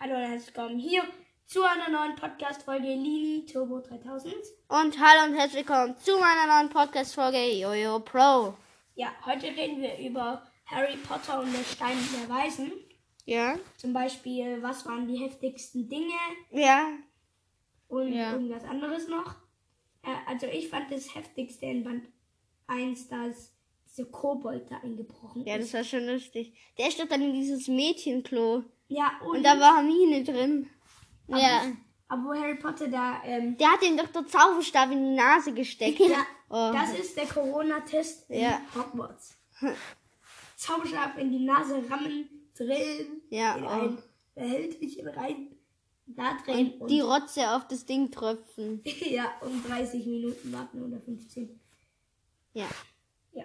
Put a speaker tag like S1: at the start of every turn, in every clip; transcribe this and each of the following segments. S1: Hallo und herzlich willkommen hier zu einer neuen Podcast-Folge Lili Turbo 3000.
S2: Und hallo und herzlich willkommen zu meiner neuen Podcast-Folge Jojo Pro.
S1: Ja, heute reden wir über Harry Potter und der Stein der Weisen.
S2: Ja?
S1: Zum Beispiel, was waren die heftigsten Dinge
S2: Ja.
S1: und
S2: Ja.
S1: irgendwas anderes noch. Äh, also ich fand das heftigste in Band 1, dass diese Kobold da eingebrochen
S2: Ja,
S1: ist.
S2: das war schon lustig. Der stand dann in dieses Mädchenklo.
S1: Ja, und,
S2: Und da war Hermine drin. Ja.
S1: aber wo Harry Potter da... Ähm,
S2: Der hat ihm doch den Zauberstab in die Nase gesteckt.
S1: ja,
S2: Oh.
S1: das ist der Corona-Test in
S2: Ja.
S1: Hogwarts. Zauberstab in die Nase rammen, drillen,
S2: Ja,
S1: in
S2: oh.
S1: ein Behältchen rein, da drehen
S2: Und die Rotze auf das Ding tröpfen.
S1: ja, und 30 Minuten warten oder 15.
S2: Ja.
S1: Ja.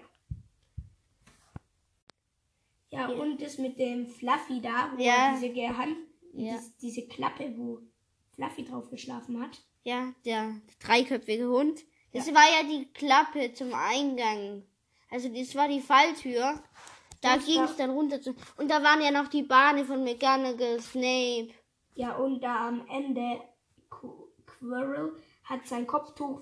S1: Ja, und das mit dem Fluffy da, wo
S2: Ja.
S1: diese Gehand,
S2: Ja.
S1: dies, diese Klappe, wo Fluffy drauf geschlafen hat.
S2: Ja, der dreiköpfige Hund. Das war ja die Klappe zum Eingang. Also das war die Falltür. Da
S1: Das
S2: ging
S1: war-
S2: es dann runter zu. Und da waren ja noch die Bahne von McGonagall, Snape.
S1: Ja, und da am Ende Qu- Quirrell hat sein Kopftuch,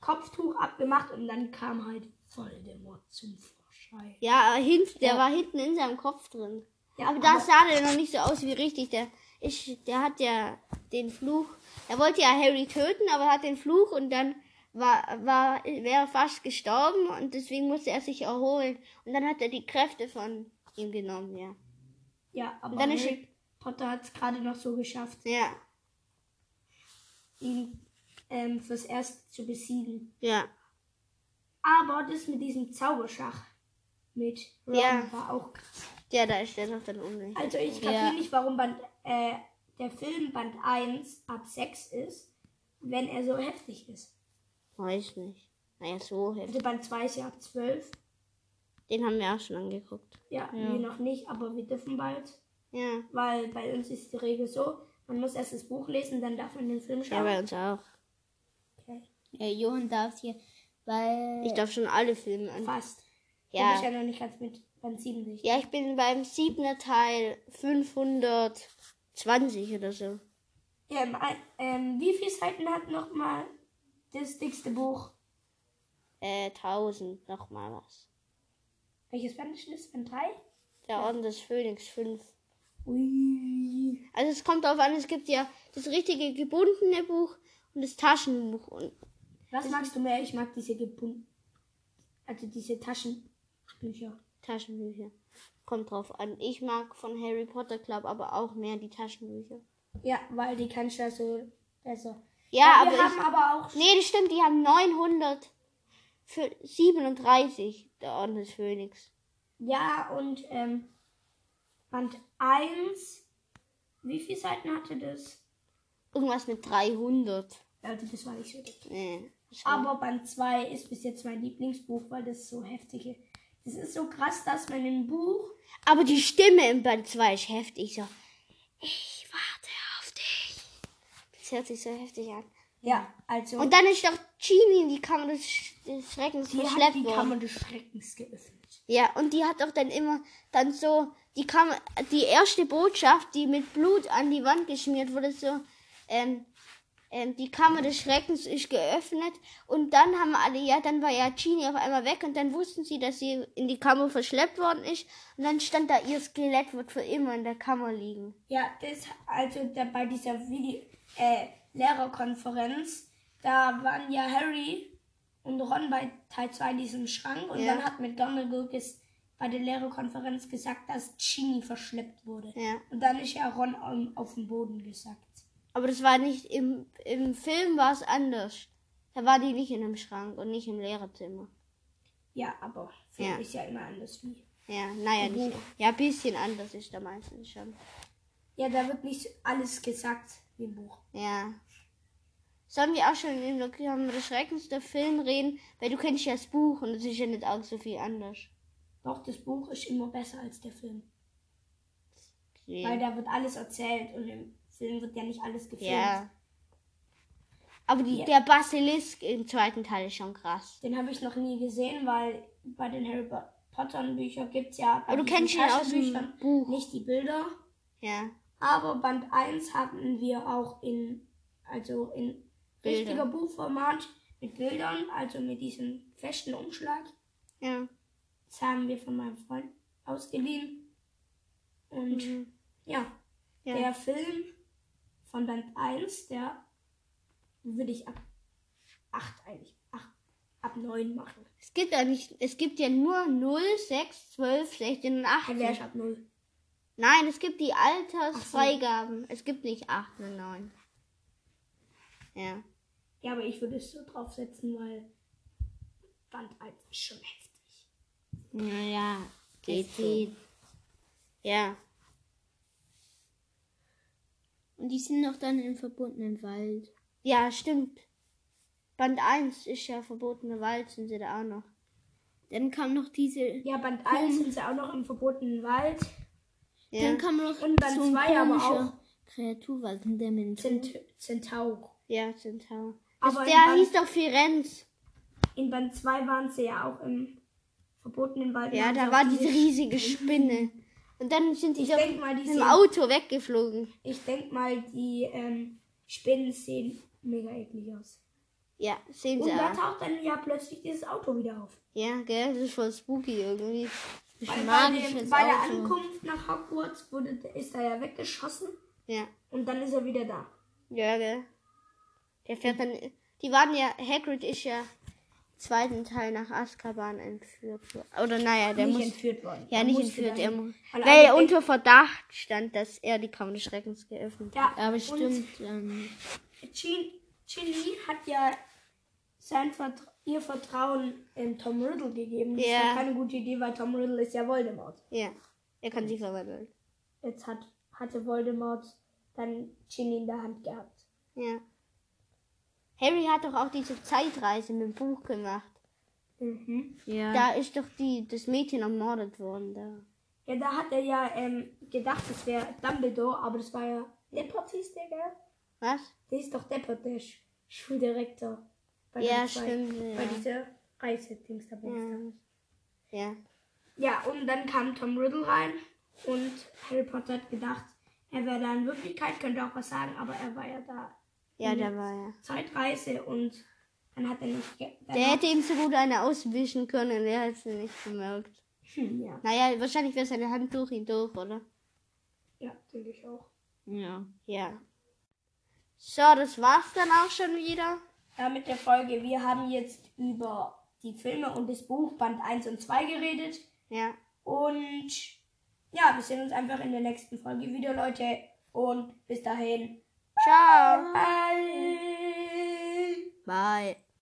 S1: Kopftuch abgemacht und dann kam halt Voldemort zum Vorschein.
S2: Ja, hint, der war hinten in seinem Kopf drin.
S1: Ja,
S2: aber da
S1: aber-
S2: sah der noch nicht so aus wie richtig. Der, ich, der hat ja den Fluch. Er wollte ja Harry töten, aber hat den Fluch und dann war, war, wäre fast gestorben und deswegen musste er sich erholen. Und dann hat er die Kräfte von ihm genommen, ja.
S1: Ja, aber
S2: dann ist
S1: Harry Potter hat es gerade noch so geschafft,
S2: Ja,
S1: ihn ähm, fürs Erste zu besiegen.
S2: ja.
S1: Aber das mit diesem Zauberschach mit Ron
S2: Ja.
S1: war auch krass.
S2: Ja, da ist der noch dann unten.
S1: Also ich
S2: Ja.
S1: kapiere nicht, warum Band, äh, der Film Band 1 ab 6 ist, wenn er so heftig ist.
S2: Weiß nicht. Naja, so heftig.
S1: Also Band 2 ist ja ab 12.
S2: Den haben wir auch schon angeguckt.
S1: Ja, wir noch nicht, aber wir dürfen bald.
S2: Ja.
S1: Weil bei uns ist die Regel so, man muss erst das Buch lesen, dann darf man den Film
S2: Ja,
S1: schauen.
S2: bei uns auch.
S1: okay.
S3: Ja, Johann darf hier, weil
S2: Ich darf schon alle Filme an.
S1: Fast. Ja.
S2: Ja.
S1: Ich ja noch nicht ganz mit Band 7 durch.
S2: Ja, ich bin beim siebten Teil 520 oder so.
S1: Ähm, ein- ähm, wie viele Seiten hat nochmal das dickste Buch?
S2: Äh, 1000, nochmal was.
S1: Welches Band ist das? Band 3?
S2: Der Orden des Phönix 5.
S1: Ui.
S2: Also es kommt darauf an, es gibt ja das richtige gebundene Buch und das Taschenbuch. Und
S1: Was magst du mehr? Ich mag diese gebunden. Also diese Taschenbücher.
S2: Taschenbücher. Kommt drauf an. Ich mag von Harry Potter Club aber auch mehr die Taschenbücher.
S1: Ja, weil die kannst du ja so besser.
S2: Ja,
S1: wir
S2: aber
S1: haben
S2: ich,
S1: aber auch.
S2: Nee, das stimmt, die haben 937, der Orden des Phönix.
S1: Ja, und ähm, Band 1. Wie viele Seiten hatte das?
S2: Irgendwas mit 300.
S1: Also das war nicht so dick.
S2: Nee. das war-
S1: Aber Band 2 ist bis jetzt mein Lieblingsbuch, weil das so heftig ist. Das ist so krass, dass man im Buch.
S2: Aber die Stimme im Band 2 ist heftig. So, ich warte auf dich. Das hört sich so heftig an.
S1: Ja, also.
S2: Und dann ist doch Genie in die Kammer des, Sch des Schreckens
S1: die hat
S2: verschleppt
S1: die
S2: worden.
S1: Kammer des Schreckens geöffnet.
S2: Ja, und die hat doch dann immer dann so die Kammer, die erste Botschaft, die mit Blut an die Wand geschmiert wurde, so, ähm, ähm, die Kammer des Schreckens ist geöffnet und dann haben alle, ja, dann war ja Genie auf einmal weg und dann wussten sie, dass sie in die Kammer verschleppt worden ist und dann stand da, ihr Skelett wird für immer in der Kammer liegen.
S1: Ja, das, also da, bei dieser Video, äh, Lehrerkonferenz, da waren ja Harry und Ron bei Teil 2 in diesem Schrank und
S2: Ja.
S1: dann hat McGonagall ges bei der Lehrerkonferenz gesagt, dass Ginny verschleppt wurde.
S2: Ja.
S1: Und dann ist ja Ron am- auf den Boden gesackt.
S2: Aber das war nicht, im, im Film war es anders. Da war die nicht in einem Schrank und nicht im Lehrerzimmer.
S1: Ja, aber Film
S2: Ja.
S1: ist ja immer anders wie.
S2: Ja, naja, nicht. Ja, ein bisschen anders ist da meistens schon.
S1: Ja, da wird nicht alles gesagt wie im Buch.
S2: Ja. Sollen wir auch schon in der Kammer des Schreckens der Film reden? Weil du kennst ja das Buch und es ist ja nicht auch so viel anders.
S1: Doch das Buch ist immer besser als der Film. Weil
S2: Ja.
S1: da wird alles erzählt und im Film wird ja nicht alles gefilmt.
S2: ja. Aber die, der Basilisk im zweiten Teil ist schon krass.
S1: Den habe ich noch nie gesehen, weil bei den Harry Po- Potter Büchern gibt es ja bei
S2: Aber du
S1: diesen
S2: kennst ihn aus dem
S1: Taschenbüchern
S2: Buch.
S1: nicht die Bilder,
S2: Ja.
S1: Aber Band 1 hatten wir auch in, also in
S2: Bilder.
S1: richtiger Buchformat mit Bildern, also mit diesem festen Umschlag.
S2: Ja.
S1: Das haben wir von meinem Freund ausgeliehen. Und ja,
S2: Mhm. Ja.
S1: der Film von Band 1, der würde ich ab 8 eigentlich, ach, ab 9 machen.
S2: Es gibt ja nicht, es gibt ja nur 0, 6, 12, 16 und
S1: Dann
S2: 18.
S1: wäre ich ab 0.
S2: Nein, es gibt die
S1: so.
S2: Altersfreigaben. Es gibt nicht 8 und 9. Ja.
S1: Ja, aber ich würde es so draufsetzen, weil Band 1 ist schon heftig.
S2: Naja,
S3: geht
S2: es
S3: so.
S2: Ja.
S3: Und die sind noch dann im verbundenen Wald.
S2: Ja, stimmt. Band 1 ist ja verbotene Wald, sind sie da auch noch.
S3: Dann kam noch diese.
S1: Ja, Band 1
S2: Mhm.
S1: sind sie auch noch im verbotenen Wald.
S2: Ja.
S3: Dann kam noch
S1: Und Band
S3: so ein
S1: zwei aber
S3: komischer Kreatur, was denn der mit dem
S1: Zent Zentaur.
S2: Ja, Centaur.
S1: Aber in
S2: Das- Mhm. der
S1: Band-
S2: hieß doch Firenz.
S1: In Band 2 waren sie ja auch im verbotenen Wald.
S2: Ja,
S1: Und
S2: da
S1: auch
S2: war diese riesige Spinne. Und dann sind sie
S1: Ich
S2: doch
S1: denk mal, die
S2: mit dem
S1: sind-
S2: Auto weggeflogen.
S1: Ich denke mal, die ähm, Spinnen sehen mega eklig aus.
S2: Ja, sehen
S1: Und
S2: sie
S1: da
S2: auch.
S1: taucht dann ja plötzlich dieses Auto wieder auf.
S2: Ja, gell, das ist voll spooky irgendwie.
S1: Bei,
S3: Ein
S1: bei, dem,
S3: magisches
S1: bei der
S3: Auto.
S1: Ankunft nach Hogwarts wurde, ist er ja weggeschossen
S2: Ja,
S1: und dann ist er wieder da.
S2: ja, gell. Der fährt dann. Die waren ja, Hagrid ist ja im zweiten Teil nach Azkaban entführt. worden. Oder naja, der muss.
S1: entführt worden.
S2: Ja,
S1: Er
S2: nicht
S1: musste
S2: entführt, er
S1: dahin.
S2: muss.
S1: Weil
S2: Weil er
S1: alle
S2: unter Verdacht stand, dass er die Kammer des Schreckens geöffnet hat.
S1: Ja,
S3: Aber
S1: und
S3: stimmt. Ähm,
S1: Jean, Ginny hat ja sein Vertra ihr Vertrauen in Tom Riddle gegeben. Das
S2: Ja.
S1: war keine gute Idee, weil Tom Riddle ist ja Voldemort.
S2: Ja. Er kann sich verwandeln.
S1: Jetzt hat, hatte Voldemort dann Ginny in der Hand gehabt.
S2: Ja. Harry hat doch auch diese Zeitreise mit dem Buch gemacht.
S1: Mhm.
S3: ja.
S2: Da ist doch die, das Mädchen ermordet worden. Da.
S1: Ja, da hat er ja ähm, gedacht, es wäre Dumbledore, aber das war ja Deppert hieß der, gell?
S2: Was?
S1: Der ist doch Deppert, der Sch Schuldirektor. Bei
S2: Ja,
S1: den zwei-
S2: stimmt, ja.
S1: Bei dieser Reise-Dings dabei.
S2: Ja. ja.
S1: Ja, und dann kam Tom Riddle rein und Harry Potter hat gedacht, er wäre da in Wirklichkeit, könnte auch was sagen, aber er war ja da.
S2: Ja,
S1: Mhm.
S2: da war er.
S1: Zeitreise und dann hat er nicht. ge-
S2: Der
S1: danach-
S2: hätte ihm so gut eine auswischen können, der hätte es nicht gemerkt.
S1: Hm, ja.
S2: Naja, wahrscheinlich wäre seine Hand durch ihn durch, oder?
S1: ja, denke ich auch.
S3: ja.
S2: Ja. So, das war's dann auch schon wieder.
S1: Ja, mit der Folge. Wir haben jetzt über die Filme und das Buch Band 1 und 2 geredet.
S2: Ja.
S1: Und ja, wir sehen uns einfach in der nächsten Folge wieder, Leute. Und bis dahin.
S2: Ciao.
S1: Bye.
S2: Bye.